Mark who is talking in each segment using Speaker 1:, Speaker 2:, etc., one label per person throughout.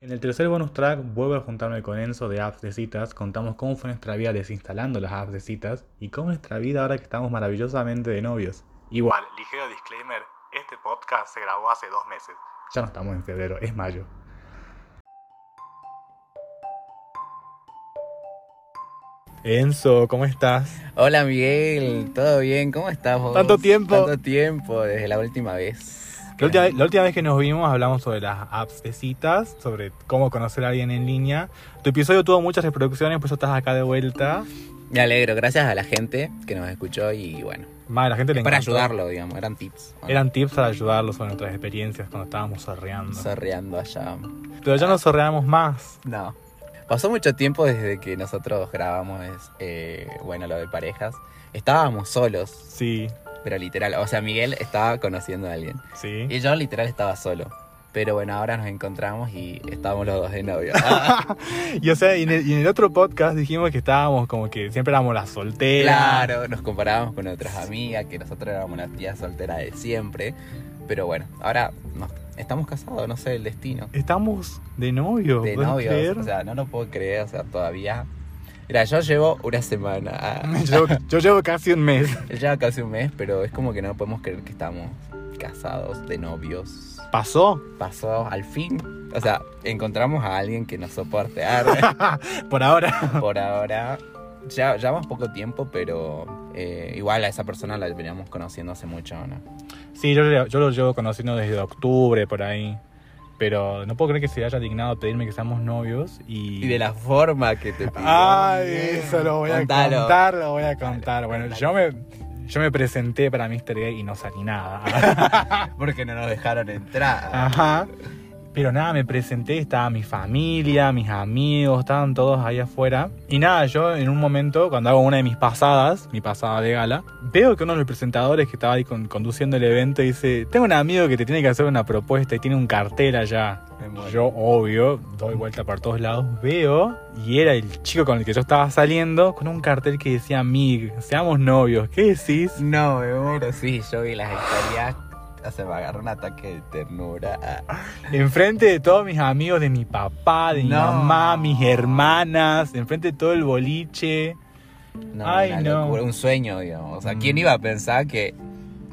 Speaker 1: En el tercer bonus track vuelvo a juntarme con Enzo de apps de citas, contamos cómo fue nuestra vida desinstalando las apps de citas y cómo nuestra vida ahora que estamos maravillosamente de novios. Igual, ligero disclaimer, este podcast se grabó hace dos meses. Ya no estamos en febrero, es mayo.
Speaker 2: Enzo, ¿cómo estás?
Speaker 3: Hola Miguel, ¿todo bien? ¿Cómo estás vos?
Speaker 2: Tanto tiempo.
Speaker 3: Tanto tiempo, desde la última vez.
Speaker 2: La última, la última vez que nos vimos hablamos sobre las apps de citas, sobre cómo conocer a alguien en línea. Tu episodio tuvo muchas reproducciones, pues estás acá de vuelta.
Speaker 3: Me alegro, gracias a la gente que nos escuchó y bueno,
Speaker 2: Más, la gente le
Speaker 3: para
Speaker 2: encantó.
Speaker 3: ayudarlo, digamos, eran tips. ¿o no?
Speaker 2: Eran tips para ayudarlos sobre nuestras experiencias cuando estábamos sorreando.
Speaker 3: Sorreando allá.
Speaker 2: Pero ya no sorreamos más.
Speaker 3: No. Pasó mucho tiempo desde que nosotros grabamos, eh, bueno, lo de parejas. Estábamos solos,
Speaker 2: Sí,
Speaker 3: pero literal, o sea, Miguel estaba conociendo a alguien.
Speaker 2: sí.
Speaker 3: Y yo literal estaba solo. Pero bueno, ahora nos encontramos y estábamos los dos de novio.
Speaker 2: Y o sea, y en, el, y en el otro podcast dijimos que estábamos como que siempre éramos las solteras.
Speaker 3: Claro, nos comparábamos con otras amigas, que nosotros éramos las tías solteras de siempre. Pero bueno, ahora no, estamos casados, no sé, el destino.
Speaker 2: Estamos de novio.
Speaker 3: De
Speaker 2: ¿puedes
Speaker 3: novios,
Speaker 2: creer?
Speaker 3: o sea, no lo puedo creer, o sea, todavía... Mira, yo llevo una semana, ah,
Speaker 2: yo, yo llevo casi un mes.
Speaker 3: yo llevo casi un mes, pero es como que no podemos creer que estamos casados, de novios.
Speaker 2: Pasó.
Speaker 3: Pasó al fin, o sea, encontramos a alguien que nos soporte ah,
Speaker 2: Por ahora.
Speaker 3: por ahora. Ya llevamos poco tiempo, pero eh, igual a esa persona la veníamos conociendo hace mucho, ¿no?
Speaker 2: Sí, yo, lo- yo lo llevo conociendo desde octubre por ahí. Pero no puedo creer que se haya dignado a pedirme que seamos novios y...
Speaker 3: Y de la forma que te pidió.
Speaker 2: Ay, eso lo voy
Speaker 3: Contalo.
Speaker 2: a contar, lo voy a contar.
Speaker 3: Contalo,
Speaker 2: Bueno,
Speaker 3: contalo.
Speaker 2: yo me, yo me presenté para Mr. Gay y no salí nada.
Speaker 3: Porque no nos dejaron entrar.
Speaker 2: Ajá. Pero nada, me presenté, estaba mi familia, mis amigos, estaban todos ahí afuera. Y nada, yo en un momento, cuando hago una de mis pasadas, mi pasada de gala, veo que uno de los presentadores que estaba ahí con- conduciendo el evento dice, tengo un amigo que te tiene que hacer una propuesta y tiene un cartel allá.
Speaker 3: Me muero.
Speaker 2: Yo, obvio, doy vuelta para todos lados, veo, y era el chico con el que yo estaba saliendo, con un cartel que decía, Mig, seamos novios, ¿qué decís?
Speaker 3: No, me muero. Sí, yo vi las historias. Se me agarró un ataque de ternura. Ah.
Speaker 2: Enfrente de todos mis amigos, de mi papá, de mi
Speaker 3: No.
Speaker 2: mamá, mis hermanas, enfrente de todo el boliche.
Speaker 3: No,
Speaker 2: Ay,
Speaker 3: una
Speaker 2: no.
Speaker 3: locura, un sueño, digamos. O sea, ¿quién
Speaker 2: Mm.
Speaker 3: iba a pensar que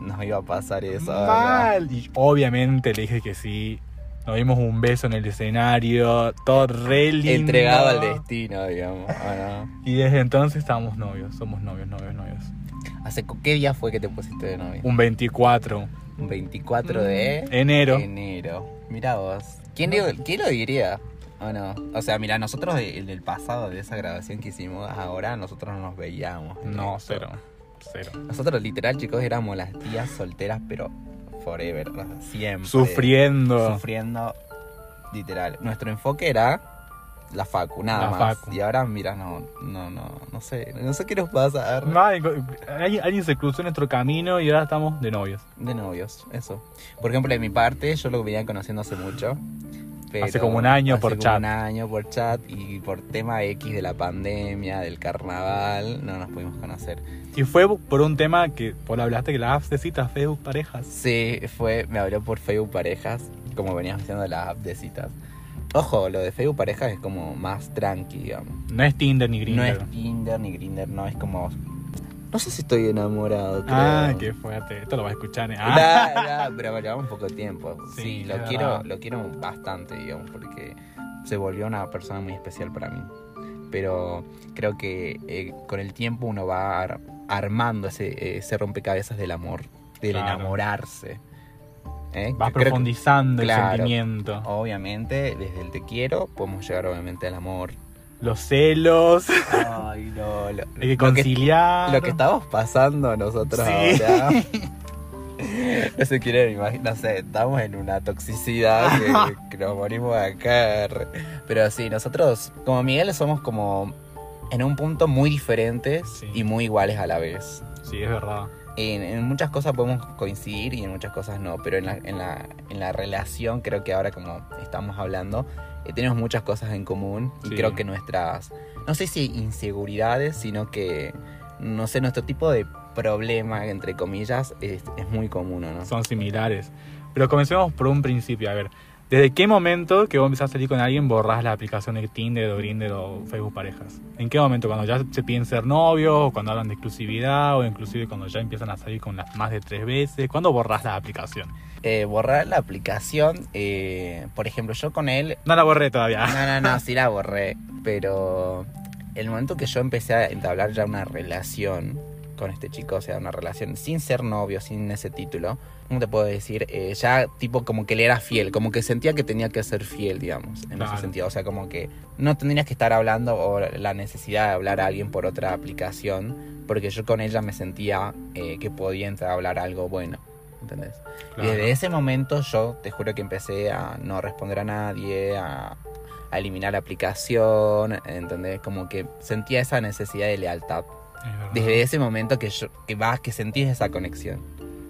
Speaker 3: nos iba a pasar eso? verdad?
Speaker 2: Mal. Y obviamente le dije que sí. Nos dimos un beso en el escenario, todo re lindo.
Speaker 3: Entregado al este. destino, digamos. ¿o no?
Speaker 2: Y desde entonces estábamos novios, somos novios, novios, novios.
Speaker 3: ¿Hace cu- qué día fue que te pusiste de novio?
Speaker 2: Un 24,
Speaker 3: Un 24 de
Speaker 2: enero.
Speaker 3: Enero. Mira vos. ¿Quién, digo- quién lo diría? ¿O no? O sea, mira, nosotros de- en el pasado de esa grabación que hicimos, ahora nosotros no nos veíamos.
Speaker 2: No, cero, cero.
Speaker 3: Nosotros literal, chicos, éramos las tías solteras, pero forever, o sea, siempre.
Speaker 2: Sufriendo.
Speaker 3: Sufriendo, literal. Nuestro enfoque era la facu, nada
Speaker 2: La
Speaker 3: más.
Speaker 2: facu.
Speaker 3: Y ahora, mira, no, no, no, no sé, no sé qué nos pasa. arre.
Speaker 2: Mal, alguien, alguien se cruzó en nuestro camino y ahora estamos de novios.
Speaker 3: De novios, eso. Por ejemplo, de mi parte, yo lo venía conociendo hace mucho. pero-
Speaker 2: Hace como un año
Speaker 3: hace
Speaker 2: por
Speaker 3: como
Speaker 2: chat.
Speaker 3: Un año por chat y por tema X de la pandemia, del carnaval, no nos pudimos conocer.
Speaker 2: Y fue por un tema que vos lo hablaste, que las apps de citas, Facebook, parejas.
Speaker 3: Sí, fue, me habló por Facebook Parejas, como venías haciendo las app de citas. Ojo, lo de Facebook Parejas es como más tranqui, digamos.
Speaker 2: No es Tinder ni
Speaker 3: No
Speaker 2: Grindr.
Speaker 3: es Tinder ni Grinder, no es como. No sé si estoy enamorado, creo.
Speaker 2: Ah, qué fuerte. Esto lo vas a escuchar. ¿eh? Ah.
Speaker 3: Nah, nah, pero me llevaba un poco de tiempo.
Speaker 2: Sí,
Speaker 3: Sí,
Speaker 2: es
Speaker 3: lo,
Speaker 2: verdad.
Speaker 3: quiero, lo quiero bastante, digamos, porque se volvió una persona muy especial para mí. Pero creo que eh, con el tiempo uno va ar- armando ese, ese rompecabezas del amor, del
Speaker 2: Claro.
Speaker 3: enamorarse. ¿Eh?
Speaker 2: Vas
Speaker 3: Creo que-
Speaker 2: profundizando el
Speaker 3: claro.
Speaker 2: sentimiento.
Speaker 3: Obviamente, desde el te quiero podemos llegar obviamente al amor.
Speaker 2: Los celos.
Speaker 3: Ay, no, lo,
Speaker 2: Hay que
Speaker 3: lo que-
Speaker 2: conciliar.
Speaker 3: lo que estamos pasando nosotros
Speaker 2: Sí.
Speaker 3: ahora. No se quieren imaginar, no sé, estamos en una toxicidad que, que nos morimos a caer. Pero sí, nosotros como Miguel somos como en un punto muy diferentes
Speaker 2: Sí.
Speaker 3: y muy iguales a la vez.
Speaker 2: Sí, es verdad.
Speaker 3: En, en muchas cosas podemos coincidir y en muchas cosas no, pero en la, en la, en la relación creo que ahora como estamos hablando, eh, tenemos muchas cosas en común y
Speaker 2: Sí.
Speaker 3: creo que nuestras, no sé si inseguridades, sino que, no sé, nuestro tipo de problema, entre comillas, es, es muy común, ¿o ¿no?
Speaker 2: Son similares. Pero comencemos por un principio. A ver, ¿Desde qué momento que vos empezás a salir con alguien borrás la aplicación de Tinder o Grindr o Facebook Parejas? ¿En qué momento? ¿Cuando ya se piden ser novios? ¿O cuando hablan de exclusividad? ¿O inclusive cuando ya empiezan a salir con las más de tres veces? ¿Cuándo borrás la aplicación?
Speaker 3: Eh, borrar la aplicación, eh, por ejemplo, yo con él
Speaker 2: No la borré todavía.
Speaker 3: No, no, no, sí la borré. Pero el momento que yo empecé a entablar ya una relación con este chico, o sea, una relación sin ser novio, sin ese título, ¿cómo te puedo decir? Eh, ya tipo como que le era fiel, como que sentía que tenía que ser fiel, digamos, en
Speaker 2: Claro.
Speaker 3: ese sentido. O sea, como que no tendrías que estar hablando o la necesidad de hablar a alguien por otra aplicación, porque yo con ella me sentía eh, que podía entablar algo bueno, ¿entendés? Y
Speaker 2: Claro.
Speaker 3: desde ese momento yo te juro que empecé a no responder a nadie, a, a eliminar la aplicación, ¿entendés? Como que sentía esa necesidad de lealtad.
Speaker 2: Es verdad.
Speaker 3: Desde ese momento que, yo, que vas, que sentís esa conexión.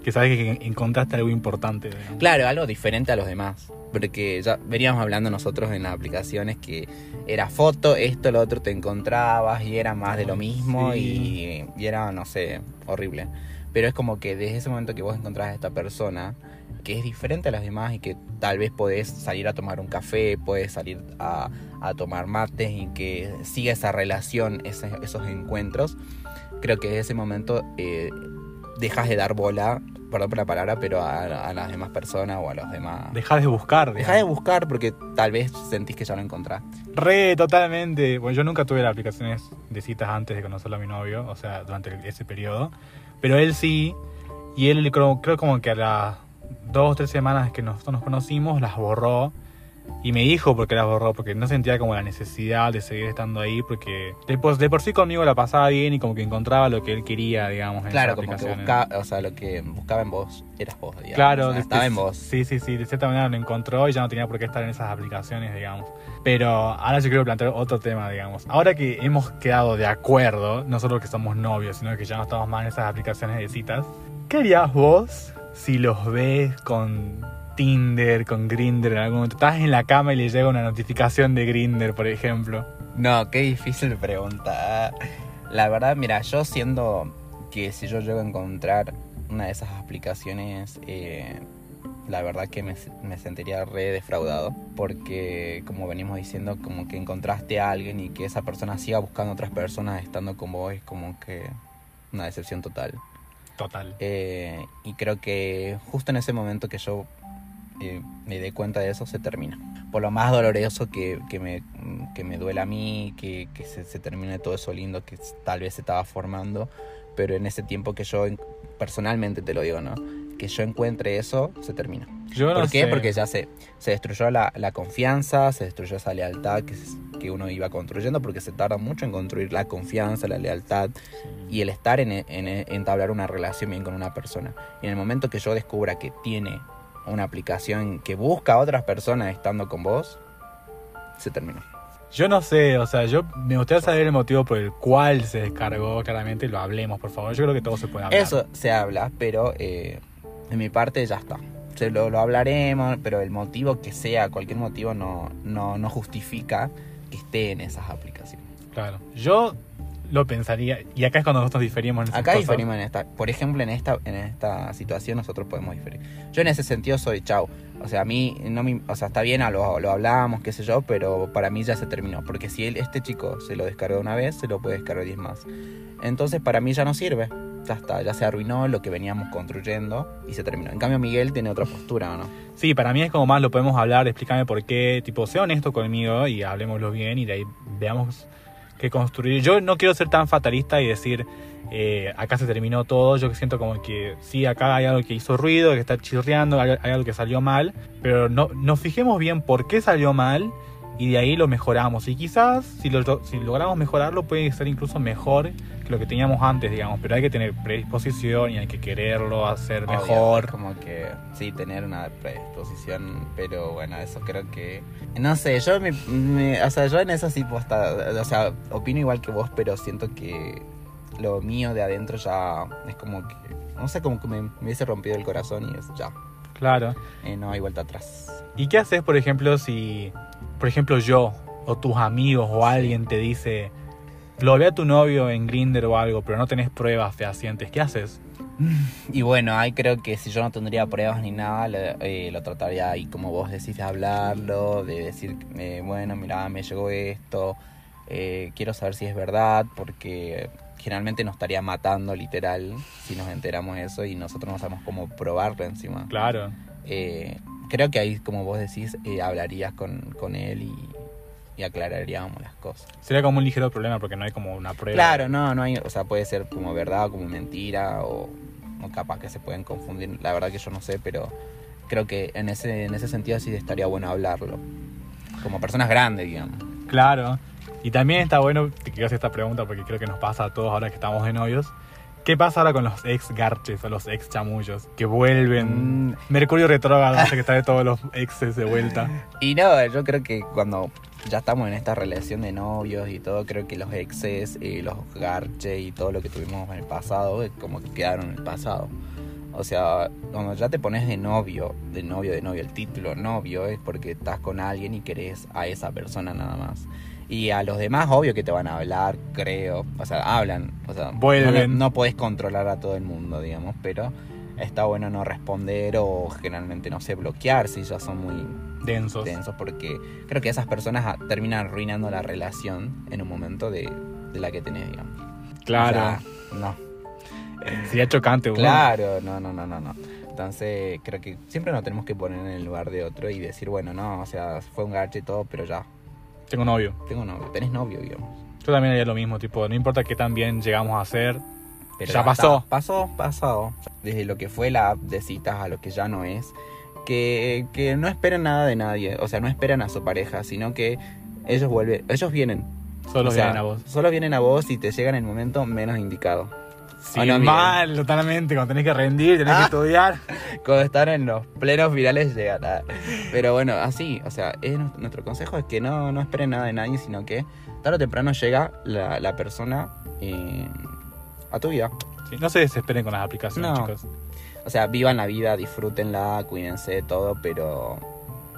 Speaker 2: Que sabes que encontraste algo importante. digamos.
Speaker 3: Claro, algo diferente a los demás. Porque ya veníamos hablando nosotros en las aplicaciones que era foto, esto, lo otro, te encontrabas y era más de lo mismo
Speaker 2: Sí.
Speaker 3: y, y era, no sé, horrible. Pero es como que desde ese momento que vos encontrás a esta persona que es diferente a las demás y que tal vez podés salir a tomar un café, podés salir a, a tomar mates y que siga esa relación, ese- esos encuentros, creo que desde ese momento eh, dejas de dar bola, perdón por la palabra, pero a, a las demás personas o a los demás.
Speaker 2: Dejás de buscar.
Speaker 3: Dejas de buscar porque tal vez sentís que ya lo encontraste.
Speaker 2: Re, totalmente. Bueno, yo nunca tuve las aplicaciones de citas antes de conocerlo a mi novio, o sea, durante ese periodo. Pero él sí, y él creo, creo como que a las dos o tres semanas que nosotros nos conocimos, las borró. Y me dijo por qué las borró, porque no sentía como la necesidad de seguir estando ahí, porque de por, de por sí conmigo la pasaba bien y como que encontraba lo que él quería, digamos, en
Speaker 3: Claro,
Speaker 2: esas
Speaker 3: como que
Speaker 2: aplicaciones.
Speaker 3: buscaba, o sea, lo que buscaba en vos, eras vos, digamos.
Speaker 2: Claro,
Speaker 3: O sea,
Speaker 2: de-
Speaker 3: estaba
Speaker 2: de-
Speaker 3: en vos.
Speaker 2: Sí, sí, sí, de cierta manera lo encontró y ya no tenía por qué estar en esas aplicaciones, digamos. Pero ahora yo quiero plantear otro tema, digamos. Ahora que hemos quedado de acuerdo, no solo que somos novios, sino que ya no estamos más en esas aplicaciones de citas, ¿qué harías vos si los ves con Tinder, con Grinder en algún momento? Estás en la cama y le llega una notificación de Grinder, por ejemplo.
Speaker 3: No, qué difícil pregunta. La verdad, mira, yo siendo que si yo llego a encontrar una de esas aplicaciones, eh, la verdad que me, me sentiría re defraudado. Porque, como venimos diciendo, como que encontraste a alguien y que esa persona siga buscando otras personas estando con vos es como que una decepción total.
Speaker 2: Total.
Speaker 3: Eh, y creo que justo en ese momento que yo eh, me dé cuenta de eso, se termina. Por lo más doloroso que, que me, que me duele a mí, que, que se, se termine todo eso lindo que s- tal vez se estaba formando, pero en ese tiempo que yo, en- personalmente te lo digo, ¿no? Que yo encuentre eso, se termina.
Speaker 2: Yo no
Speaker 3: ¿Por qué?
Speaker 2: sé.
Speaker 3: Porque ya sé, se destruyó la, la confianza, se destruyó esa lealtad que, s- que uno iba construyendo, porque se tarda mucho en construir la confianza, la lealtad y el estar en, en- en entablar una relación bien con una persona. Y en el momento que yo descubra que tiene una aplicación que busca a otras personas estando con vos, se terminó.
Speaker 2: Yo no sé, o sea, yo me gustaría saber el motivo por el cual se descargó claramente y lo hablemos, por favor. Yo creo que todo se puede hablar.
Speaker 3: Eso se habla, pero eh, de mi parte ya está. Se lo, lo hablaremos, pero el motivo que sea, cualquier motivo, no, no, no justifica que esté en esas aplicaciones.
Speaker 2: Claro. Yo lo pensaría, y acá es cuando nosotros diferimos en esas
Speaker 3: Acá
Speaker 2: cosas.
Speaker 3: diferimos en esta. Por ejemplo, en esta, en esta situación nosotros podemos diferir. Yo en ese sentido soy chau. O sea, a mí no me. O sea, está bien, a lo, lo hablamos, qué sé yo, pero para mí ya se terminó. Porque si él, este chico se lo descargó una vez, se lo puede descargar 10 más. Entonces, para mí ya no sirve. Ya está, ya se arruinó lo que veníamos construyendo y se terminó. En cambio, Miguel tiene otra postura, ¿o ¿no?
Speaker 2: Sí, para mí es como más lo podemos hablar, explícame por qué, tipo, sea honesto conmigo y hablemoslo bien y de ahí veamos qué construir. Yo no quiero ser tan fatalista y decir, eh, acá se terminó todo, yo siento como que sí, acá hay algo que hizo ruido, que está chirriando, hay, hay algo que salió mal, pero no, nos fijemos bien por qué salió mal y de ahí lo mejoramos. Y quizás si, lo- si logramos mejorarlo puede ser incluso mejor que lo que teníamos antes, digamos, pero hay que tener predisposición y hay que quererlo hacer
Speaker 3: Obvio,
Speaker 2: mejor.
Speaker 3: es como que sí, tener una predisposición, pero bueno, eso creo que. No sé, yo me, me- o sea, yo en eso sí posta, o sea, opino igual que vos, pero siento que lo mío de adentro ya es como que. No sé, como que me, me hubiese rompido el corazón y es ya.
Speaker 2: Claro.
Speaker 3: eh, no hay vuelta atrás.
Speaker 2: ¿Y qué haces, por ejemplo, si, por ejemplo, yo o tus amigos o alguien te dice, lo ve a tu novio en Grinder o algo, pero no tenés pruebas fehacientes? ¿Qué haces?
Speaker 3: Y bueno, ahí creo que si yo no tendría pruebas ni nada, lo, eh, lo trataría ahí como vos decís, de hablarlo, de decir, eh, bueno, mira, me llegó esto, eh, quiero saber si es verdad, porque generalmente nos estaría matando literal si nos enteramos de eso y nosotros no sabemos cómo probarlo encima.
Speaker 2: Claro.
Speaker 3: Eh, creo que ahí, como vos decís, eh, hablarías con, con él y, y aclararíamos las cosas.
Speaker 2: Sería como un ligero problema porque no hay como una prueba.
Speaker 3: Claro, no, no hay, o sea, puede ser como verdad o como mentira o, o capaz que se pueden confundir, la verdad que yo no sé, pero creo que en ese, en ese sentido sí estaría bueno hablarlo. Como personas grandes, digamos.
Speaker 2: Claro. Y también está bueno, te quiero hacer esta pregunta porque creo que nos pasa a todos ahora que estamos de novios. ¿Qué pasa ahora con los ex garches o los ex chamullos que vuelven?
Speaker 3: Mm.
Speaker 2: Mercurio retrógrado hace que trae todos los exes de vuelta.
Speaker 3: Y no, yo creo que cuando ya estamos en esta relación de novios y todo, creo que los exes, eh, los garches y todo lo que tuvimos en el pasado, eh, como que quedaron en el pasado. O sea, cuando ya te pones de novio, de novio, de novio, el título novio es porque estás con alguien y querés a esa persona nada más. Y a los demás, obvio que te van a hablar, creo. O sea, hablan. O sea, no le-
Speaker 2: Vuelven.
Speaker 3: no podés controlar a todo el mundo, digamos, pero está bueno no responder o generalmente, no sé, bloquear si ya son muy
Speaker 2: Densos.
Speaker 3: densos porque creo que esas personas a- terminan arruinando la relación en un momento de, de la que tenés, digamos.
Speaker 2: Claro.
Speaker 3: O sea, no.
Speaker 2: Sería chocante, boludo.
Speaker 3: Claro, no, no, no, no, no. Entonces, creo que siempre nos tenemos que poner en el lugar de otro y decir, bueno, no, o sea, fue un garche y todo, pero ya,
Speaker 2: Tengo novio.
Speaker 3: tengo novio, tenés novio, digamos.
Speaker 2: Yo también haría lo mismo, tipo, no importa qué tan bien llegamos a ser.
Speaker 3: Pero
Speaker 2: Ya pasó.
Speaker 3: está, pasó, pasado. Desde lo que fue la app de citas a lo que ya no es, que, que no esperan nada de nadie, o sea, no esperan a su pareja, sino que ellos vuelven, ellos vienen,
Speaker 2: Solo
Speaker 3: O sea,
Speaker 2: vienen a vos.
Speaker 3: Solo vienen a vos y te llegan en el momento menos indicado.
Speaker 2: Sí,
Speaker 3: ah, no, miren.
Speaker 2: mal, totalmente. Cuando tenés que rendir, tenés que
Speaker 3: Ah.
Speaker 2: estudiar.
Speaker 3: Cuando están en los plenos virales llegan. ah. Pero bueno, así, o sea, es nu- nuestro consejo es que no, no esperen nada de nadie, sino que tarde o temprano llega la, la persona eh, a tu vida.
Speaker 2: Sí, no se desesperen con las aplicaciones,
Speaker 3: No.
Speaker 2: chicos.
Speaker 3: O sea, vivan la vida, disfrútenla, cuídense de todo, pero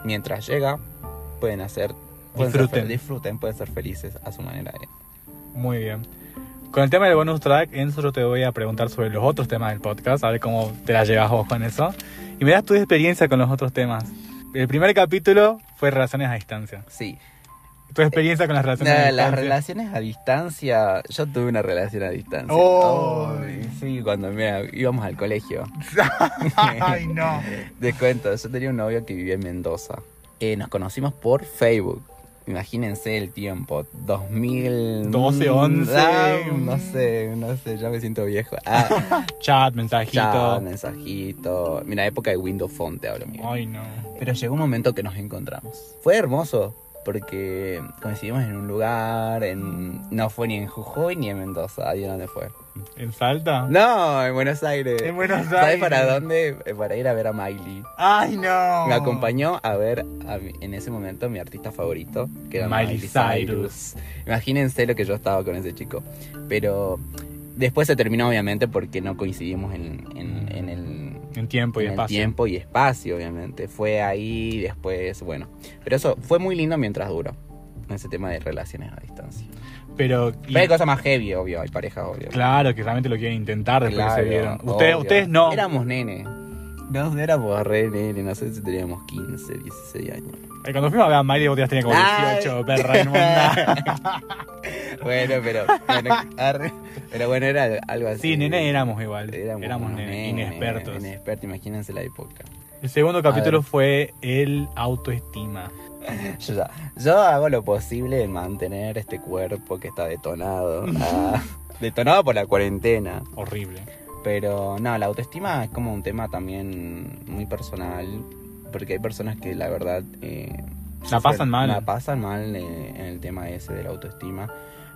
Speaker 3: mientras llega, pueden hacer... pueden ser
Speaker 2: Disfruten.
Speaker 3: fel- disfruten, pueden ser felices a su manera. eh.
Speaker 2: Muy bien. Con el tema del bonus track, Enzo, yo te voy a preguntar sobre los otros temas del podcast, a ver cómo te la llevas vos con eso. Y me das tu experiencia con los otros temas. El primer capítulo fue relaciones a distancia.
Speaker 3: Sí,
Speaker 2: Tu experiencia con las relaciones a
Speaker 3: Nah,
Speaker 2: distancia.
Speaker 3: las relaciones a distancia. Yo tuve una relación a distancia.
Speaker 2: Oh.
Speaker 3: Ay, sí, cuando mira, íbamos al colegio.
Speaker 2: Ay, no.
Speaker 3: Te cuento, yo tenía un novio que vivía en Mendoza. Eh, nos conocimos por Facebook. Imagínense el tiempo, 2000...
Speaker 2: 12, 11.
Speaker 3: Ah, no sé, no sé, ya me siento viejo. Ah,
Speaker 2: Chat, mensajito.
Speaker 3: ya, mensajito. Mira, época de Windows Phone te hablo. mira.
Speaker 2: Ay, no.
Speaker 3: Pero llegó un momento que nos encontramos. Fue hermoso, porque coincidimos en un lugar, en... no fue ni en Jujuy ni en Mendoza, ahí dónde fue.
Speaker 2: ¿En Salta?
Speaker 3: No, en Buenos Aires.
Speaker 2: En Buenos Aires.
Speaker 3: ¿Sabes para dónde? Eh, Para ir a ver a Miley.
Speaker 2: Ay, no.
Speaker 3: Me acompañó a ver a mi- en ese momento mi artista favorito, que era
Speaker 2: Miley
Speaker 3: Miley Cyrus. Imagínense lo que yo estaba con ese chico. Pero después se terminó, obviamente, porque no coincidimos en, en- en el
Speaker 2: En tiempo y
Speaker 3: en el
Speaker 2: Pues, espacio.
Speaker 3: tiempo y espacio, obviamente. Fue ahí, después, bueno. Pero eso fue muy lindo mientras duró. Ese tema de relaciones a distancia.
Speaker 2: Pero.
Speaker 3: Pero hay cosas más heavy, obvio. Hay parejas, obvio.
Speaker 2: Claro, que realmente lo quieren intentar después que
Speaker 3: Claro,
Speaker 2: se vieron. Ustedes,
Speaker 3: obvio.
Speaker 2: ustedes no.
Speaker 3: Éramos nene. No, éramos re nene. No sé si teníamos 15, 16 años.
Speaker 2: Eh, Cuando fuimos a ver a Miley, vos ya tenías como
Speaker 3: Ay.
Speaker 2: 18, perra inmunda.
Speaker 3: Bueno, pero. Bueno, arre. pero bueno, era algo así.
Speaker 2: Sí, nene éramos igual. Éramos,
Speaker 3: Éramos, unos
Speaker 2: nene,
Speaker 3: nene,
Speaker 2: inexpertos.
Speaker 3: Inexpertos, imagínense la época.
Speaker 2: El segundo capítulo
Speaker 3: ver.
Speaker 2: fue el autoestima.
Speaker 3: Yo, ya- yo hago lo posible en mantener este cuerpo que está detonado. Ah, detonado por la cuarentena.
Speaker 2: Horrible.
Speaker 3: Pero no, la autoestima es como un tema también muy personal. Porque hay personas que la verdad. eh,
Speaker 2: La
Speaker 3: sufren-
Speaker 2: pasan mal.
Speaker 3: La pasan mal eh, en el tema ese de la autoestima.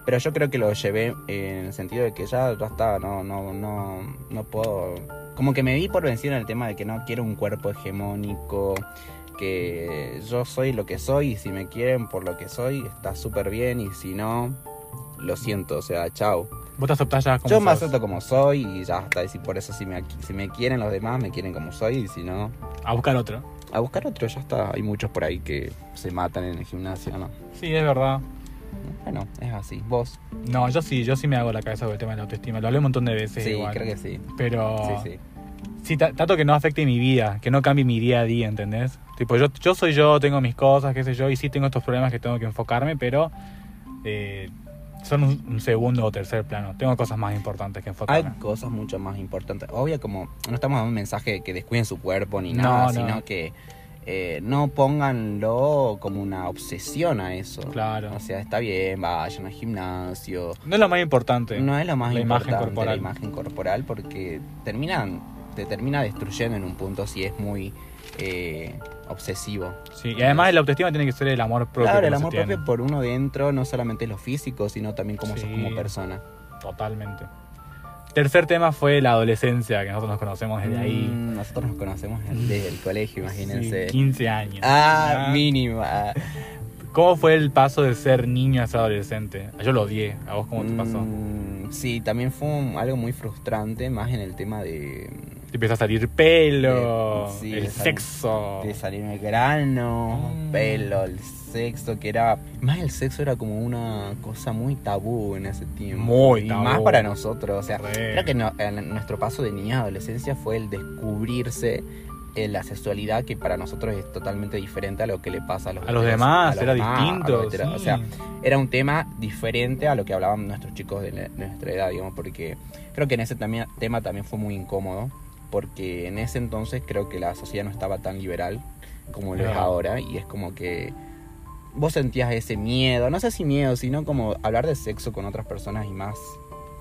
Speaker 3: Pero yo creo que lo llevé eh, en el sentido de que ya, ya está, no, no, no, no puedo. Como que me di por vencido en el tema de que no quiero un cuerpo hegemónico, que yo soy lo que soy y si me quieren por lo que soy está súper bien y si no, lo siento, o sea, chao.
Speaker 2: Vos te aceptás ya como
Speaker 3: Yo me
Speaker 2: sos.
Speaker 3: acepto como soy y ya está. Y si por eso si me, si me quieren los demás, me quieren como soy. Y si no,
Speaker 2: A buscar otro.
Speaker 3: a buscar otro, ya está. Hay muchos por ahí que se matan en el gimnasio, ¿no?
Speaker 2: Sí, es verdad.
Speaker 3: Bueno, es así. Vos,
Speaker 2: No, yo sí, yo sí me hago la cabeza con el tema de la autoestima. Lo hablé un montón de
Speaker 3: sí,
Speaker 2: veces igual. Ah,
Speaker 3: creo que sí.
Speaker 2: Pero
Speaker 3: Sí, sí.
Speaker 2: Sí, ta- tanto que no afecte mi vida, que no cambie mi día a día, ¿entendés? Tipo, yo, yo soy yo, tengo mis cosas, qué sé yo, y sí tengo estos problemas que tengo que enfocarme, pero eh, son un, un segundo o tercer plano. Tengo cosas más importantes que
Speaker 3: Hay
Speaker 2: enfocarme.
Speaker 3: cosas mucho más importantes. Obvio, como no estamos dando un mensaje de que descuiden su cuerpo ni
Speaker 2: No,
Speaker 3: nada,
Speaker 2: no.
Speaker 3: sino que eh, no pónganlo como una obsesión a eso.
Speaker 2: Claro.
Speaker 3: O sea, está bien, vayan al gimnasio.
Speaker 2: No es lo más importante.
Speaker 3: No es lo más
Speaker 2: Este, La imagen
Speaker 3: importante
Speaker 2: corporal.
Speaker 3: la imagen corporal porque terminan, te termina destruyendo en un punto si es muy eh, obsesivo.
Speaker 2: Sí, y además la autoestima tiene que ser el amor propio.
Speaker 3: claro,
Speaker 2: que
Speaker 3: el
Speaker 2: no se
Speaker 3: amor
Speaker 2: tiene.
Speaker 3: propio por uno dentro, no solamente lo físico, sino también como sos
Speaker 2: Sí.
Speaker 3: como persona.
Speaker 2: Totalmente. Tercer tema fue la adolescencia, que nosotros nos conocemos desde ahí.
Speaker 3: Mm, Nosotros nos conocemos desde el colegio, imagínense.
Speaker 2: Sí, 15 años.
Speaker 3: Ah,
Speaker 2: Ah.
Speaker 3: mínima.
Speaker 2: ¿Cómo fue el paso de ser niño a ser adolescente? Yo lo odié. ¿A vos cómo te pasó?
Speaker 3: Mm, sí, también fue un- algo muy frustrante, más en el tema de,
Speaker 2: Te empieza a salir pelo,
Speaker 3: Eh, sí,
Speaker 2: el
Speaker 3: me sale-
Speaker 2: sexo.
Speaker 3: de salirme grano,
Speaker 2: Oh. Mm.
Speaker 3: pelo, el sexo, que era... Más el sexo era como una cosa muy tabú en ese tiempo.
Speaker 2: Muy
Speaker 3: y
Speaker 2: tabú.
Speaker 3: más para nosotros, o sea,
Speaker 2: Re.
Speaker 3: creo que no- en nuestro paso de niña a adolescencia fue el descubrirse eh, la sexualidad que para nosotros es totalmente diferente a lo que le pasa a los
Speaker 2: A los
Speaker 3: heteros-
Speaker 2: demás,
Speaker 3: a los
Speaker 2: era
Speaker 3: demás, a los
Speaker 2: distinto.
Speaker 3: heteros. O
Speaker 2: sí.
Speaker 3: sea, era un tema diferente a lo que hablaban nuestros chicos de, la- de nuestra edad, digamos, porque creo que en ese también, tema también fue muy incómodo, porque en ese entonces creo que la sociedad no estaba tan liberal como lo es
Speaker 2: Claro.
Speaker 3: ahora, y es como que vos sentías ese miedo, no sé si miedo, sino como hablar de sexo con otras personas y más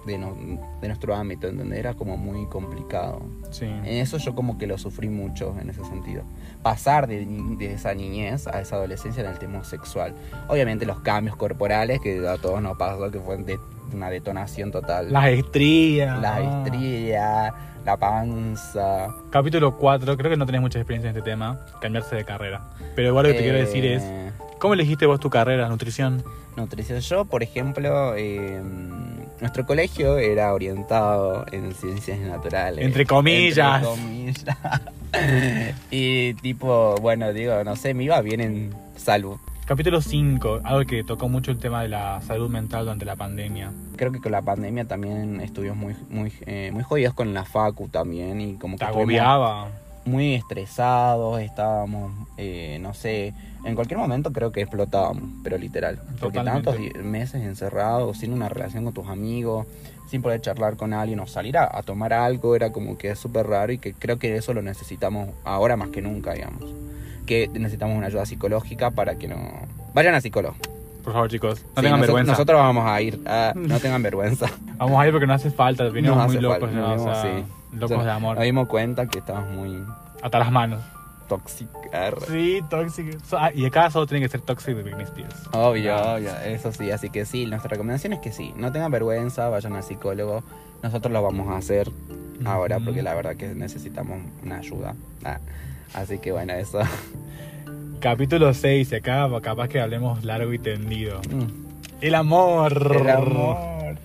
Speaker 3: de, no- de nuestro ámbito, ¿entendés? Era como muy complicado.
Speaker 2: sí.
Speaker 3: En eso yo como que lo sufrí mucho en ese sentido. Pasar de, ni- de esa niñez a esa adolescencia en el tema sexual. Obviamente los cambios corporales que a todos nos pasó, que fue de- una detonación total.
Speaker 2: Las estrías.
Speaker 3: La
Speaker 2: Ah.
Speaker 3: estrías, la panza.
Speaker 2: Capítulo 4, creo que no tenés mucha experiencia en este tema, cambiarse de carrera. Pero igual lo que te quiero
Speaker 3: Eh,
Speaker 2: decir es, ¿cómo elegiste vos tu carrera, nutrición?
Speaker 3: Nutrición. Yo, por ejemplo, eh, nuestro colegio era orientado en ciencias naturales.
Speaker 2: Entre comillas.
Speaker 3: Entre comillas. y tipo, bueno, digo, no sé, me iba bien en salud.
Speaker 2: Capítulo 5, algo que tocó mucho el tema de la salud mental durante la pandemia.
Speaker 3: Creo que con la pandemia también estuvimos muy, muy, eh, muy jodidos con la facu también y como
Speaker 2: Te
Speaker 3: que estuvimos
Speaker 2: agobiaba.
Speaker 3: muy estresados, estábamos, eh, no sé, en cualquier momento creo que explotábamos, pero literal. Porque
Speaker 2: Totalmente.
Speaker 3: tantos di- meses encerrados, sin una relación con tus amigos, sin poder charlar con alguien o salir a, a tomar algo, era como que es súper raro y que creo que eso lo necesitamos ahora más que nunca, digamos. Que necesitamos una ayuda psicológica para que no... Vayan a psicólogo.
Speaker 2: Por favor, chicos, no
Speaker 3: Sí,
Speaker 2: tengan
Speaker 3: noso-
Speaker 2: vergüenza.
Speaker 3: Nosotros vamos a ir. Ah, no tengan vergüenza.
Speaker 2: Vamos a ir porque no hace falta, venimos
Speaker 3: No
Speaker 2: muy
Speaker 3: hace
Speaker 2: locos,
Speaker 3: falta,
Speaker 2: ¿no?
Speaker 3: nos
Speaker 2: O sea,
Speaker 3: vimos,
Speaker 2: locos
Speaker 3: O sea,
Speaker 2: de amor,
Speaker 3: Nos dimos cuenta que estábamos muy
Speaker 2: hasta las manos.
Speaker 3: tóxicos.
Speaker 2: Sí, tóxico. So- ah, y acá solo tiene que ser tóxico de Britney Spears.
Speaker 3: Obvio,
Speaker 2: Ah.
Speaker 3: obvio, eso sí, así que sí, nuestra recomendación es que sí, no tengan vergüenza, vayan al psicólogo, nosotros lo vamos a hacer ahora
Speaker 2: Ujú.
Speaker 3: porque la verdad que necesitamos una ayuda. Ah, Así que bueno, eso.
Speaker 2: Capítulo 6, y acá capaz que hablemos largo y tendido.
Speaker 3: Mm,
Speaker 2: El amor.
Speaker 3: El amor.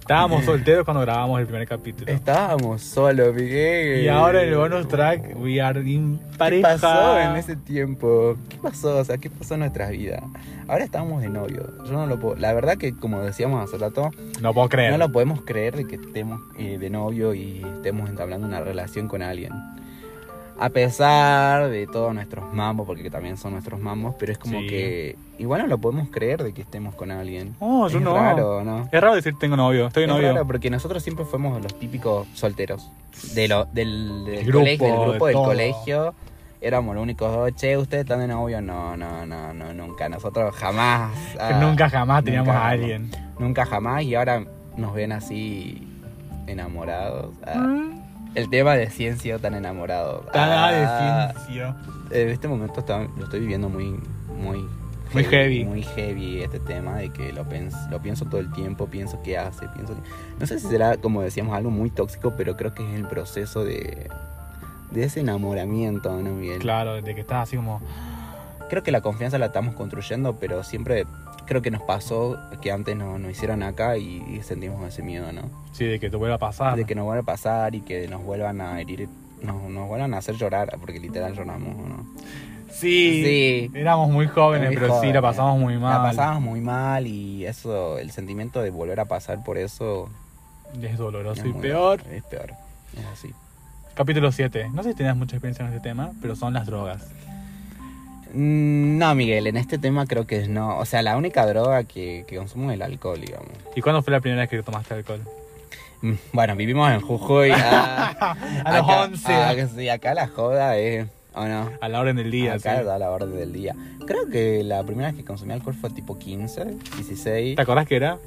Speaker 2: Estábamos solteros cuando grabamos el primer capítulo.
Speaker 3: Estábamos solos, Miguel.
Speaker 2: Y ahora en el bonus track, we are in
Speaker 3: ¿Qué
Speaker 2: pareja.
Speaker 3: pasó en ese tiempo? ¿Qué pasó? O sea, ¿qué pasó en nuestras vidas? Ahora estamos de novio. Yo no lo puedo. La verdad que como decíamos hace rato,
Speaker 2: No puedo creer.
Speaker 3: no lo podemos creer de que estemos eh, de novio y estemos entablando una relación con alguien. A pesar de todos nuestros mambos, porque también son nuestros mambos, pero es como
Speaker 2: Sí.
Speaker 3: que igual no lo podemos creer de que estemos con alguien.
Speaker 2: Oh, yo
Speaker 3: es
Speaker 2: no.
Speaker 3: raro, ¿no?
Speaker 2: Es raro decir tengo novio, estoy
Speaker 3: Es
Speaker 2: novio.
Speaker 3: raro porque nosotros siempre fuimos los típicos solteros. De lo, del, del
Speaker 2: El grupo,
Speaker 3: colegio, del, grupo
Speaker 2: de
Speaker 3: del
Speaker 2: todo.
Speaker 3: colegio. Éramos los únicos dos, che, ustedes están de novio. No, no, no, no, nunca. Nosotros jamás.
Speaker 2: Que
Speaker 3: ah.
Speaker 2: nunca jamás teníamos
Speaker 3: nunca
Speaker 2: a
Speaker 3: jamás.
Speaker 2: alguien.
Speaker 3: Nunca jamás y ahora nos ven así enamorados. Ah, El tema de ciencia tan enamorado.
Speaker 2: Tada
Speaker 3: Ah,
Speaker 2: de ciencia.
Speaker 3: En este momento está- lo estoy viviendo muy, muy,
Speaker 2: Muy heavy.
Speaker 3: Muy heavy este tema de que lo, pens- lo pienso todo el tiempo, pienso qué hace, pienso... qué- No sé si será, como decíamos, algo muy tóxico, pero creo que es el proceso de, de ese enamoramiento, ¿no, Miguel?
Speaker 2: Claro, de que estás así como.
Speaker 3: creo que la confianza la estamos construyendo, pero siempre creo que nos pasó que antes no- nos hicieron acá y, y sentimos ese miedo, ¿no?
Speaker 2: Sí, de que te vuelva a pasar.
Speaker 3: De que nos vuelva a pasar y que nos vuelvan a herir, nos, nos vuelvan a hacer llorar, porque literal lloramos, ¿no?
Speaker 2: Sí,
Speaker 3: Sí.
Speaker 2: éramos muy jóvenes,
Speaker 3: Muy
Speaker 2: pero sí, la
Speaker 3: jóvenes.
Speaker 2: pasamos muy mal.
Speaker 3: La pasábamos muy mal y eso, el sentimiento de volver a pasar por eso.
Speaker 2: Es doloroso
Speaker 3: es
Speaker 2: y
Speaker 3: muy-
Speaker 2: peor.
Speaker 3: Es peor. Es así.
Speaker 2: Capítulo 7. No sé si tenías mucha experiencia en este tema, pero son las drogas.
Speaker 3: Mm, No, Miguel, en este tema creo que no. O sea, la única droga que, que consumo es el alcohol, digamos.
Speaker 2: ¿Y cuándo fue la primera vez que tomaste alcohol?
Speaker 3: Mm, Bueno, vivimos en Jujuy. ah,
Speaker 2: A los
Speaker 3: acá-
Speaker 2: 11.
Speaker 3: ah, que sí, acá la joda es. ¿O no?
Speaker 2: A la orden del día,
Speaker 3: acá
Speaker 2: sí.
Speaker 3: da la orden del día. Creo que la primera vez que consumí alcohol fue tipo 15, 16.
Speaker 2: ¿Te acordás que era?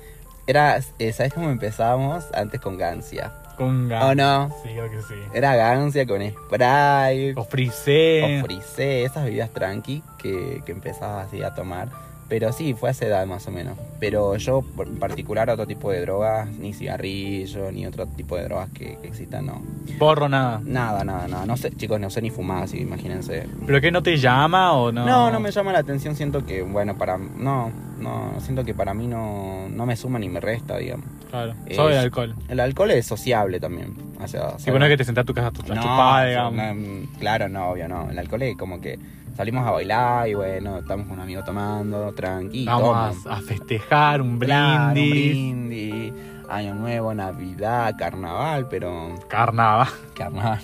Speaker 3: Era, eh, ¿sabes cómo empezamos? Antes con Gancia.
Speaker 2: Con gas.
Speaker 3: ¿O Oh, no?
Speaker 2: Sí, creo que sí.
Speaker 3: Era Gancia con Sprite.
Speaker 2: O frisé.
Speaker 3: o frisé, esas bebidas tranqui que, que empezabas así a tomar. Pero sí, fue a esa edad más o menos. Pero yo, por- en particular, otro tipo de drogas, ni cigarrillo, ni otro tipo de drogas que, que existan, no.
Speaker 2: Porro, nada.
Speaker 3: Nada, nada, nada. No sé, chicos, no sé ni fumar, así que imagínense.
Speaker 2: ¿Pero qué no te llama o no?
Speaker 3: No. no, me llama la atención. Siento que, bueno, para. No, no, siento que para mí no, no me suma ni me resta, digamos.
Speaker 2: Claro,
Speaker 3: Es-
Speaker 2: solo el alcohol.
Speaker 3: El alcohol es sociable también. O sea,
Speaker 2: Si bueno es que te sentás a tu casa a chupar, digamos.
Speaker 3: no, mm, claro, no, obvio, no. El alcohol es como que salimos a bailar y bueno, estamos con un amigo tomando, tranquilo.
Speaker 2: Vamos a, a festejar, un brindis,
Speaker 3: Claro, un brindis, Año Nuevo, Navidad, Carnaval, pero.
Speaker 2: carnaval.
Speaker 3: Carnaval.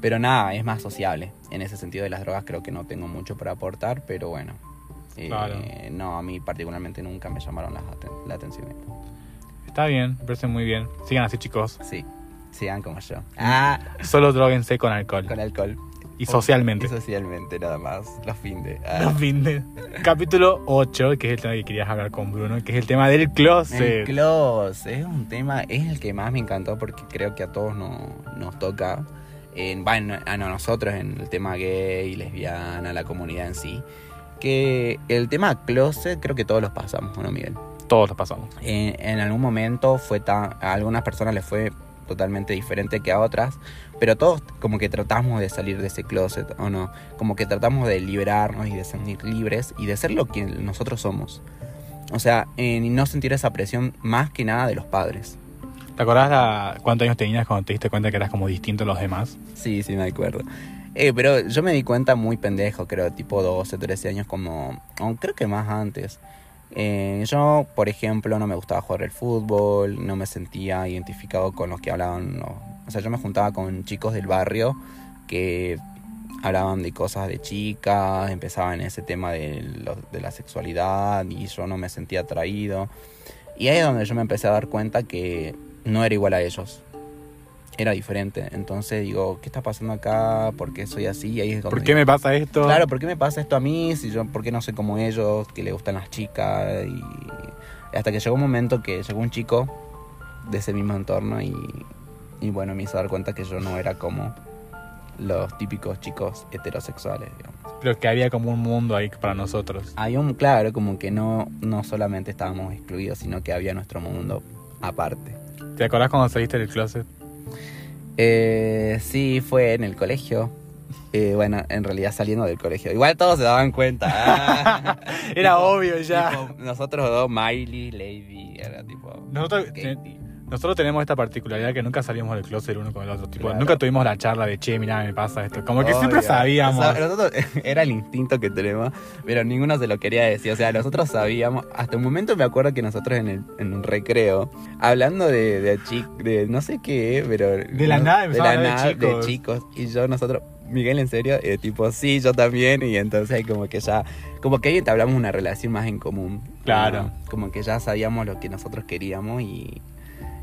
Speaker 3: Pero nada, es más sociable. En ese sentido de las drogas creo que no tengo mucho para aportar, pero bueno. Eh,
Speaker 2: Claro.
Speaker 3: No, a mí particularmente nunca me llamaron las aten- la atención.
Speaker 2: Está bien, me parece muy bien. Sigan así, chicos.
Speaker 3: Sí, sigan como
Speaker 2: Mm.
Speaker 3: yo. Ah,
Speaker 2: Solo droguense con alcohol.
Speaker 3: con alcohol.
Speaker 2: Y socialmente.
Speaker 3: Y socialmente nada más. Los fin de. ah.
Speaker 2: Los fines. Capítulo 8, que es el tema que querías hablar con Bruno, que es el tema del closet.
Speaker 3: El closet es un tema, es el que más me encantó porque creo que a todos no- nos toca, en, bueno, a no- nosotros en el tema gay, lesbiana, la comunidad en sí, que el tema closet creo que todos los pasamos, ¿o ¿no, Miguel?
Speaker 2: Todos los pasamos.
Speaker 3: En, en algún momento fue tan, a algunas personas les fue totalmente diferente que a otras, pero todos como que tratamos de salir de ese closet, ¿o no? Como que tratamos de liberarnos y de sentir libres y de ser lo que nosotros somos. O sea, en no sentir esa presión más que nada de los padres.
Speaker 2: ¿Te acordás la- cuántos años tenías cuando te diste cuenta que eras como distinto a los demás?
Speaker 3: Sí, sí, me acuerdo. Eh, pero yo me di cuenta muy pendejo, creo, tipo 12, 13 años, como. o creo que más antes. Eh, yo, por ejemplo, no me gustaba jugar el fútbol, no me sentía identificado con los que hablaban. no. O sea, yo me juntaba con chicos del barrio que hablaban de cosas de chicas, empezaban ese tema de, lo- de la sexualidad y yo no me sentía atraído. Y ahí es donde yo me empecé a dar cuenta que no era igual a ellos. Era diferente. Entonces digo, ¿qué está pasando acá? ¿Por qué soy así? Y ahí es
Speaker 2: ¿Por
Speaker 3: donde-
Speaker 2: qué me pasa esto?
Speaker 3: Claro, ¿por qué me pasa esto a mí? Si yo, ¿Por qué no soy como ellos? Que le gustan las chicas. Y... Hasta que llegó un momento que llegó un chico de ese mismo entorno y, y bueno, me hizo dar cuenta que yo no era como los típicos chicos heterosexuales. Digamos.
Speaker 2: Pero que había como un mundo ahí para nosotros.
Speaker 3: Hay un claro, como que no, no solamente estábamos excluidos, sino que había nuestro mundo aparte.
Speaker 2: ¿Te acordás cuando saliste del closet?
Speaker 3: Eh, sí, fue en el colegio. Eh, bueno, en realidad saliendo del colegio. Igual todos se daban cuenta. Ah.
Speaker 2: Era
Speaker 3: Tipo-
Speaker 2: obvio ya.
Speaker 3: tipo, nosotros dos, Miley, Lady, era tipo.
Speaker 2: Nosotros,
Speaker 3: Katie.
Speaker 2: nosotros tenemos esta particularidad que nunca salimos del closet el uno con el otro. Tipo,
Speaker 3: Claro.
Speaker 2: nunca tuvimos la charla de che, mira, me pasa esto. Como que
Speaker 3: Obvio.
Speaker 2: siempre
Speaker 3: O
Speaker 2: sabíamos.
Speaker 3: sea, Oh, nosotros, era el instinto que tenemos, pero ninguno se lo quería decir. O sea, nosotros sabíamos. Hasta un momento me acuerdo que nosotros en, el, en un recreo, hablando de, de chi- de no sé qué, pero.
Speaker 2: De la nada
Speaker 3: de
Speaker 2: empezamos
Speaker 3: la
Speaker 2: a hablar de
Speaker 3: nada, de
Speaker 2: chicos.
Speaker 3: chicos. Y yo, nosotros, Miguel, en serio, Eh, tipo, sí, yo también. Y entonces, como que ya. Como que ahí entablamos una relación más en común.
Speaker 2: Claro.
Speaker 3: Ah, Como que ya sabíamos lo que nosotros queríamos y.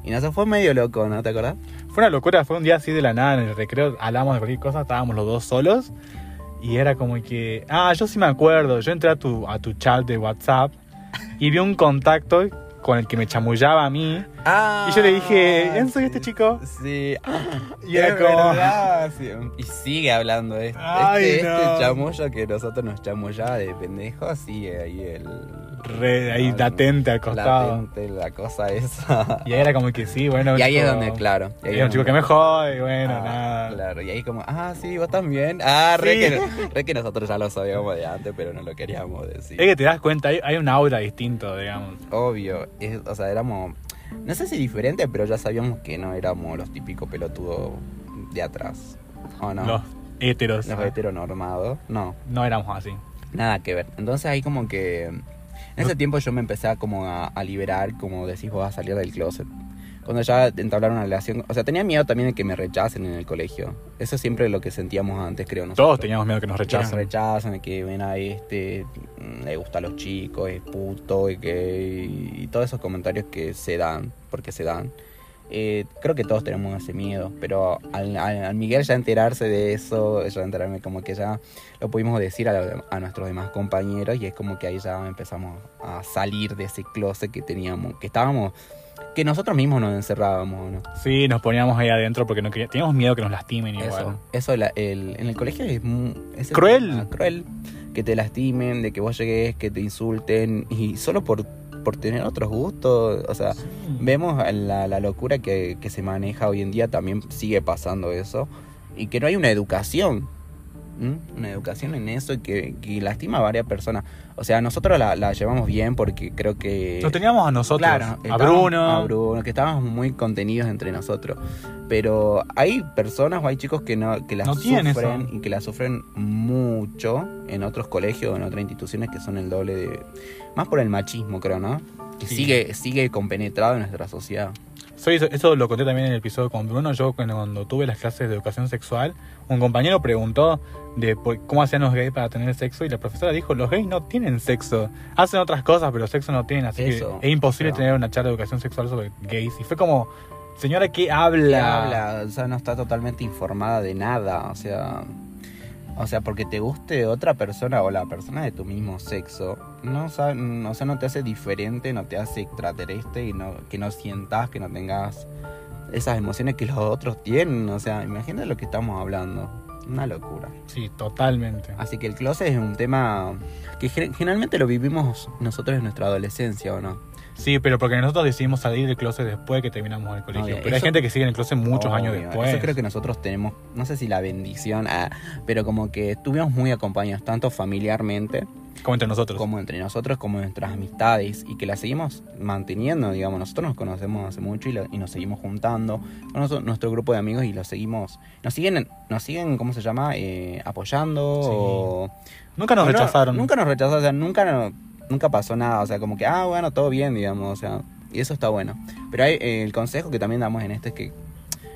Speaker 3: Y nos fue medio loco, ¿no te acordás?
Speaker 2: Fue una locura, fue un día así de la nada en el recreo, hablábamos de cualquier cosa, estábamos los dos solos y era como que, ah, yo sí me acuerdo, yo entré a tu, a tu chat de WhatsApp y vi un contacto con el que me chamullaba a mí
Speaker 3: Ah,
Speaker 2: y yo le dije, ¿Enzo y este
Speaker 3: sí,
Speaker 2: chico?
Speaker 3: Sí.
Speaker 2: Y era como,
Speaker 3: Y sigue hablando de este,
Speaker 2: Ay,
Speaker 3: este, este
Speaker 2: no.
Speaker 3: chamullo que nosotros nos chamullaba de pendejo, sigue ahí el...
Speaker 2: re, ahí
Speaker 3: la-
Speaker 2: latente al costado.
Speaker 3: latente, la cosa esa.
Speaker 2: Y ahí era como que sí, bueno.
Speaker 3: Y ahí es
Speaker 2: tipo,
Speaker 3: donde, claro. y ahí
Speaker 2: Era un
Speaker 3: es
Speaker 2: chico que me
Speaker 3: donde-
Speaker 2: jode, y bueno,
Speaker 3: Ah,
Speaker 2: nada.
Speaker 3: Claro, y ahí como, ah, sí, vos también. Ah, re,
Speaker 2: Sí.
Speaker 3: que, re que nosotros ya lo sabíamos de antes, pero no lo queríamos decir.
Speaker 2: Es que te das cuenta, hay, hay un aura distinto, digamos.
Speaker 3: Obvio, es- o sea, éramos, no sé si diferente, pero ya sabíamos que no éramos los típicos pelotudos de atrás. ¿O no?
Speaker 2: Los heteros.
Speaker 3: Los heteronormados. No,
Speaker 2: No éramos así.
Speaker 3: nada que ver. Entonces ahí como que... En ese tiempo yo me empecé a como a, a liberar, como decís vos, a salir del closet. Cuando ya entablar una relación... O sea, tenía miedo también de que me rechacen en el colegio. Eso siempre es lo que sentíamos antes, creo. nosotros.
Speaker 2: Todos teníamos miedo que nos
Speaker 3: que nos
Speaker 2: rechacen.
Speaker 3: rechazan, que ven a este, mm, le gusta a los chicos, es puto, es gay, y todos esos comentarios que se dan, porque se dan. Eh, creo que todos tenemos ese miedo, pero al, al- al Miguel ya enterarse de eso, ya enterarme como que ya lo pudimos decir a, la- a nuestros demás compañeros y es como que ahí ya empezamos a salir de ese closet que teníamos, que estábamos, que nosotros mismos nos encerrábamos, ¿no?
Speaker 2: Sí, nos poníamos ahí adentro porque no queríamos, teníamos miedo que nos lastimen igual.
Speaker 3: Eso, eso la- el- en el colegio es, mu- es el
Speaker 2: Cruel.
Speaker 3: tema, cruel. Que te lastimen, de que vos llegues, que te insulten. Y solo por, por tener otros gustos. O sea, vemos la, la locura que, que se maneja hoy en día. También sigue pasando eso. Y que no hay una educación. ¿Mm? Una educación en eso que, que lastima a varias personas. O sea, nosotros la, la llevamos bien porque creo que...
Speaker 2: Nos teníamos a nosotros,
Speaker 3: Claro,
Speaker 2: a
Speaker 3: estábamos-
Speaker 2: Bruno.
Speaker 3: A Bruno, que estábamos muy contenidos entre nosotros. Pero hay personas o hay chicos que no que las
Speaker 2: No tienen
Speaker 3: sufren
Speaker 2: eso.
Speaker 3: y que las sufren mucho en otros colegios o en otras instituciones que son el doble de. Más por el machismo, creo, ¿no? Que
Speaker 2: Sí.
Speaker 3: sigue, sigue compenetrado en nuestra sociedad.
Speaker 2: Sí, eso, eso lo conté también en el episodio con Bruno. Yo cuando, cuando tuve las clases de educación sexual, un compañero preguntó de por- cómo hacían los gays para tener sexo y la profesora dijo, los gays no tienen sexo. Hacen otras cosas, pero sexo no tienen. Así
Speaker 3: Eso,
Speaker 2: que es imposible
Speaker 3: claro.
Speaker 2: tener una charla de educación sexual sobre gays. Y fue como, señora, ¿qué habla?
Speaker 3: ¿Qué habla? O sea, no está totalmente informada de nada. O sea. O sea, porque te guste otra persona o la persona de tu mismo sexo, no, sa- no, o sea, no te hace diferente, no te hace extraterrestre y no, que no sientas, que no tengas esas emociones que los otros tienen. O sea, imagínate lo que estamos hablando. Una locura.
Speaker 2: Sí, totalmente.
Speaker 3: Así que el closet es un tema que gen- generalmente lo vivimos nosotros en nuestra adolescencia, ¿o no?
Speaker 2: Sí, pero porque nosotros decidimos salir del closet después que terminamos el colegio.
Speaker 3: Obvio,
Speaker 2: pero hay
Speaker 3: eso-
Speaker 2: gente que sigue en el closet muchos años
Speaker 3: Obvio,
Speaker 2: después.
Speaker 3: Eso creo que nosotros tenemos, no sé si la bendición, ah, pero como que estuvimos muy acompañados, tanto familiarmente
Speaker 2: Como entre nosotros.
Speaker 3: como entre nosotros, como nuestras amistades, y que las seguimos manteniendo, digamos. Nosotros nos conocemos hace mucho y, la- y nos seguimos juntando con noso- nuestro grupo de amigos y los seguimos, nos siguen, nos siguen ¿cómo se llama? Eh, apoyando
Speaker 2: Sí.
Speaker 3: o
Speaker 2: Nunca nos
Speaker 3: no,
Speaker 2: rechazaron.
Speaker 3: nunca nos rechazaron, o sea, nunca, no- nunca pasó nada. O sea, como que, ah, bueno, todo bien, digamos. O sea, y eso está bueno. Pero hay, eh, el consejo que también damos en este es que,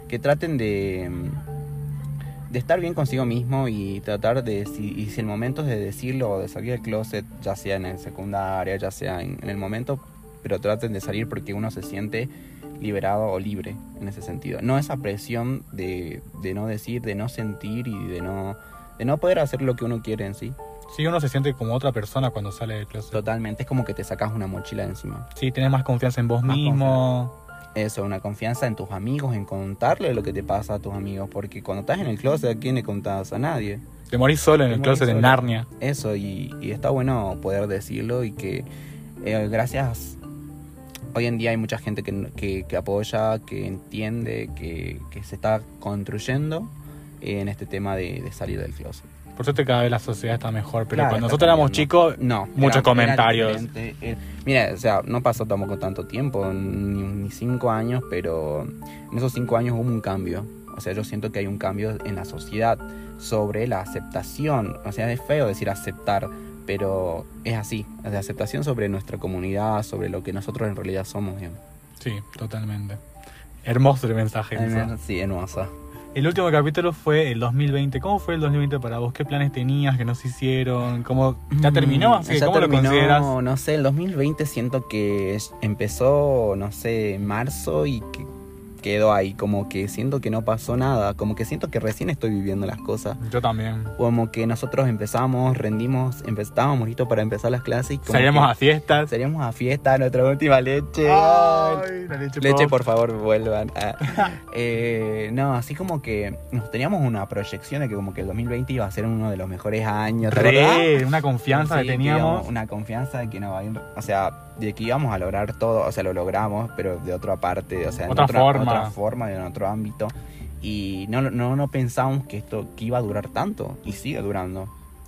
Speaker 3: que traten de, mm, de estar bien consigo mismo y tratar de, si, y si el momento es de decirlo o de salir del closet, ya sea en el secundaria, ya sea en, en el momento, pero traten de salir porque uno se siente liberado o libre en ese sentido. No esa presión de, de no decir, de no sentir y de no, de no poder hacer lo que uno quiere en sí.
Speaker 2: Sí, uno se siente como otra persona cuando sale del closet.
Speaker 3: Totalmente, es como que te sacas una mochila de encima.
Speaker 2: Sí, tenés más confianza en vos
Speaker 3: Más
Speaker 2: mismo.
Speaker 3: Eso, una confianza en tus amigos, en contarle lo que te pasa a tus amigos, porque cuando estás en el closet, ¿a quién le contás? A nadie.
Speaker 2: Te morís solo en
Speaker 3: Te
Speaker 2: el
Speaker 3: morís
Speaker 2: closet de
Speaker 3: solo.
Speaker 2: Narnia.
Speaker 3: Eso, y, y está bueno poder decirlo y que eh, gracias... Hoy en día hay mucha gente que, que- que apoya, que entiende, que, que se está construyendo en este tema de, de salir del closet.
Speaker 2: Por suerte cada vez la sociedad está mejor, pero
Speaker 3: Claro,
Speaker 2: cuando
Speaker 3: está
Speaker 2: nosotros éramos
Speaker 3: cambiando.
Speaker 2: chicos,
Speaker 3: No.
Speaker 2: muchos comentarios.
Speaker 3: diferente, era- Mira, o sea, no pasó tampoco tanto tiempo, ni, ni cinco años, pero en esos cinco años hubo un cambio. O sea, yo siento que hay un cambio en la sociedad sobre la aceptación. O sea, es feo decir aceptar, pero es así. La aceptación sobre nuestra comunidad, sobre lo que nosotros en realidad somos. digamos.
Speaker 2: sí, totalmente. Hermoso el mensaje. Enzo.
Speaker 3: Sí, en WhatsApp.
Speaker 2: El último capítulo fue el 2020. ¿Cómo fue el 2020 para vos? ¿Qué planes tenías que no se hicieron? ¿Cómo ya terminó? Así que,
Speaker 3: Mm, Ya
Speaker 2: ¿Cómo
Speaker 3: terminó,
Speaker 2: lo consideras?
Speaker 3: No sé, el 2020 siento que es- empezó, no sé, en marzo y que quedó ahí. Como que siento que no pasó nada. Como que siento que recién estoy viviendo las cosas.
Speaker 2: Yo también.
Speaker 3: Como que nosotros empezamos, rendimos, empe- estábamos listos para empezar las clases. y como
Speaker 2: Salíamos
Speaker 3: que
Speaker 2: a fiestas.
Speaker 3: salíamos a fiesta, nuestra última leche. Ay,
Speaker 2: Ay, la leche,
Speaker 3: Leche,
Speaker 2: pop.
Speaker 3: por favor, vuelvan. Ah. Eh, no, así como que nos teníamos una proyección de que como que el 2020 iba a ser uno de los mejores años. ¿te acordás?
Speaker 2: Re, una confianza
Speaker 3: Sí,
Speaker 2: que teníamos.
Speaker 3: digamos, una confianza de que no va a ir- o sea, de que íbamos a lograr todo, o sea, lo logramos, pero de otra parte, o sea, en
Speaker 2: Otra forma.
Speaker 3: otra forma, en otro ámbito. Y no, no, no pensábamos que esto que iba a durar tanto y sigue durando,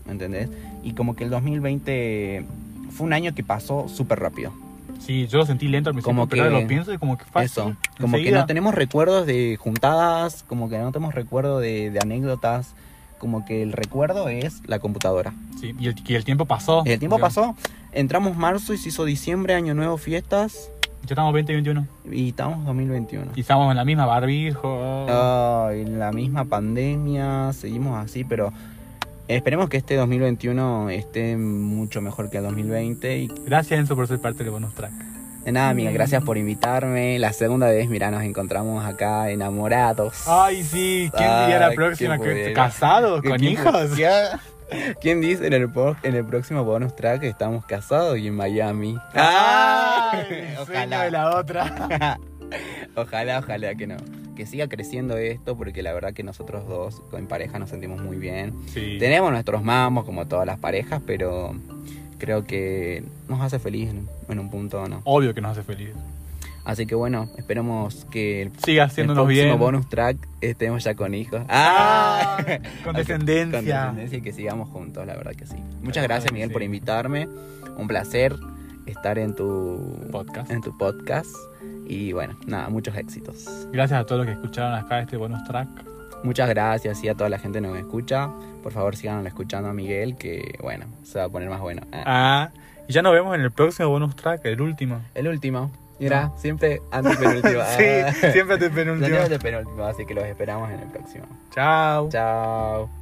Speaker 3: ¿entendés? Y como que el 2020 fue un año que pasó súper rápido.
Speaker 2: Sí, yo lo sentí lento al principio,
Speaker 3: Como
Speaker 2: pero ahora
Speaker 3: que-
Speaker 2: lo pienso y como que fácil.
Speaker 3: Eso, como que
Speaker 2: enseguida.
Speaker 3: no tenemos recuerdos de juntadas, como que no tenemos recuerdo de, de anécdotas, como que el recuerdo es la computadora.
Speaker 2: Sí, y el, y el tiempo pasó.
Speaker 3: El tiempo
Speaker 2: digamos.
Speaker 3: pasó, entramos marzo y se hizo diciembre, año nuevo, fiestas
Speaker 2: Ya estamos 2021.
Speaker 3: y estamos 2021.
Speaker 2: Y estamos en la misma barbijo.
Speaker 3: Ah. Ay, la misma pandemia, seguimos así, pero esperemos que este 2021 esté mucho mejor que el 2020 y
Speaker 2: Gracias Enzo por ser parte del bonus track.
Speaker 3: De nada, amiga, gracias por invitarme. La segunda vez, mira, nos encontramos acá enamorados.
Speaker 2: Ay, sí, ¿quién diría
Speaker 3: Ay,
Speaker 2: la
Speaker 3: Ah, qué
Speaker 2: próxima?
Speaker 3: pudiera.
Speaker 2: que ¿Casados? ¿Con
Speaker 3: ¿Quién-
Speaker 2: hijos?
Speaker 3: ¿Quién, quién dice en el, po- en el próximo bonus track que estamos casados y en Miami?
Speaker 2: Ay, el sueño
Speaker 3: Ah. ojalá,
Speaker 2: de la otra.
Speaker 3: ojalá, ojalá que no. Que siga creciendo esto porque la verdad que nosotros dos en pareja nos sentimos muy bien.
Speaker 2: Sí.
Speaker 3: Tenemos nuestros mamos como todas las parejas, pero creo que nos hace feliz en, en un punto o no.
Speaker 2: Obvio que nos hace feliz.
Speaker 3: Así que bueno, esperemos que el
Speaker 2: Sigue
Speaker 3: el
Speaker 2: haciéndonos
Speaker 3: próximo
Speaker 2: bien.
Speaker 3: bonus track estemos ya con hijos.
Speaker 2: Ah,
Speaker 3: ¡Ah!
Speaker 2: con
Speaker 3: Con Con
Speaker 2: descendencia.
Speaker 3: descendencia y que sigamos juntos, la verdad que sí. Muchas
Speaker 2: Ay,
Speaker 3: gracias,
Speaker 2: sí.
Speaker 3: Miguel, por invitarme. Un placer estar en tu
Speaker 2: Podcast.
Speaker 3: En tu podcast. Y bueno, nada, muchos éxitos.
Speaker 2: Gracias a todos los que escucharon acá este bonus track.
Speaker 3: Muchas gracias y a toda la gente que nos escucha. Por favor, sigan escuchando a Miguel, que bueno, se va a poner más bueno. Ah.
Speaker 2: Ah, y ya nos vemos en el próximo bonus track, el último.
Speaker 3: El último. Mira, siempre antepenúltimo.
Speaker 2: Ah. Sí,
Speaker 3: Ah.
Speaker 2: siempre te
Speaker 3: Salió
Speaker 2: penúltimo.
Speaker 3: de penúltimo, así que los esperamos en el próximo.
Speaker 2: Chao.
Speaker 3: Chao.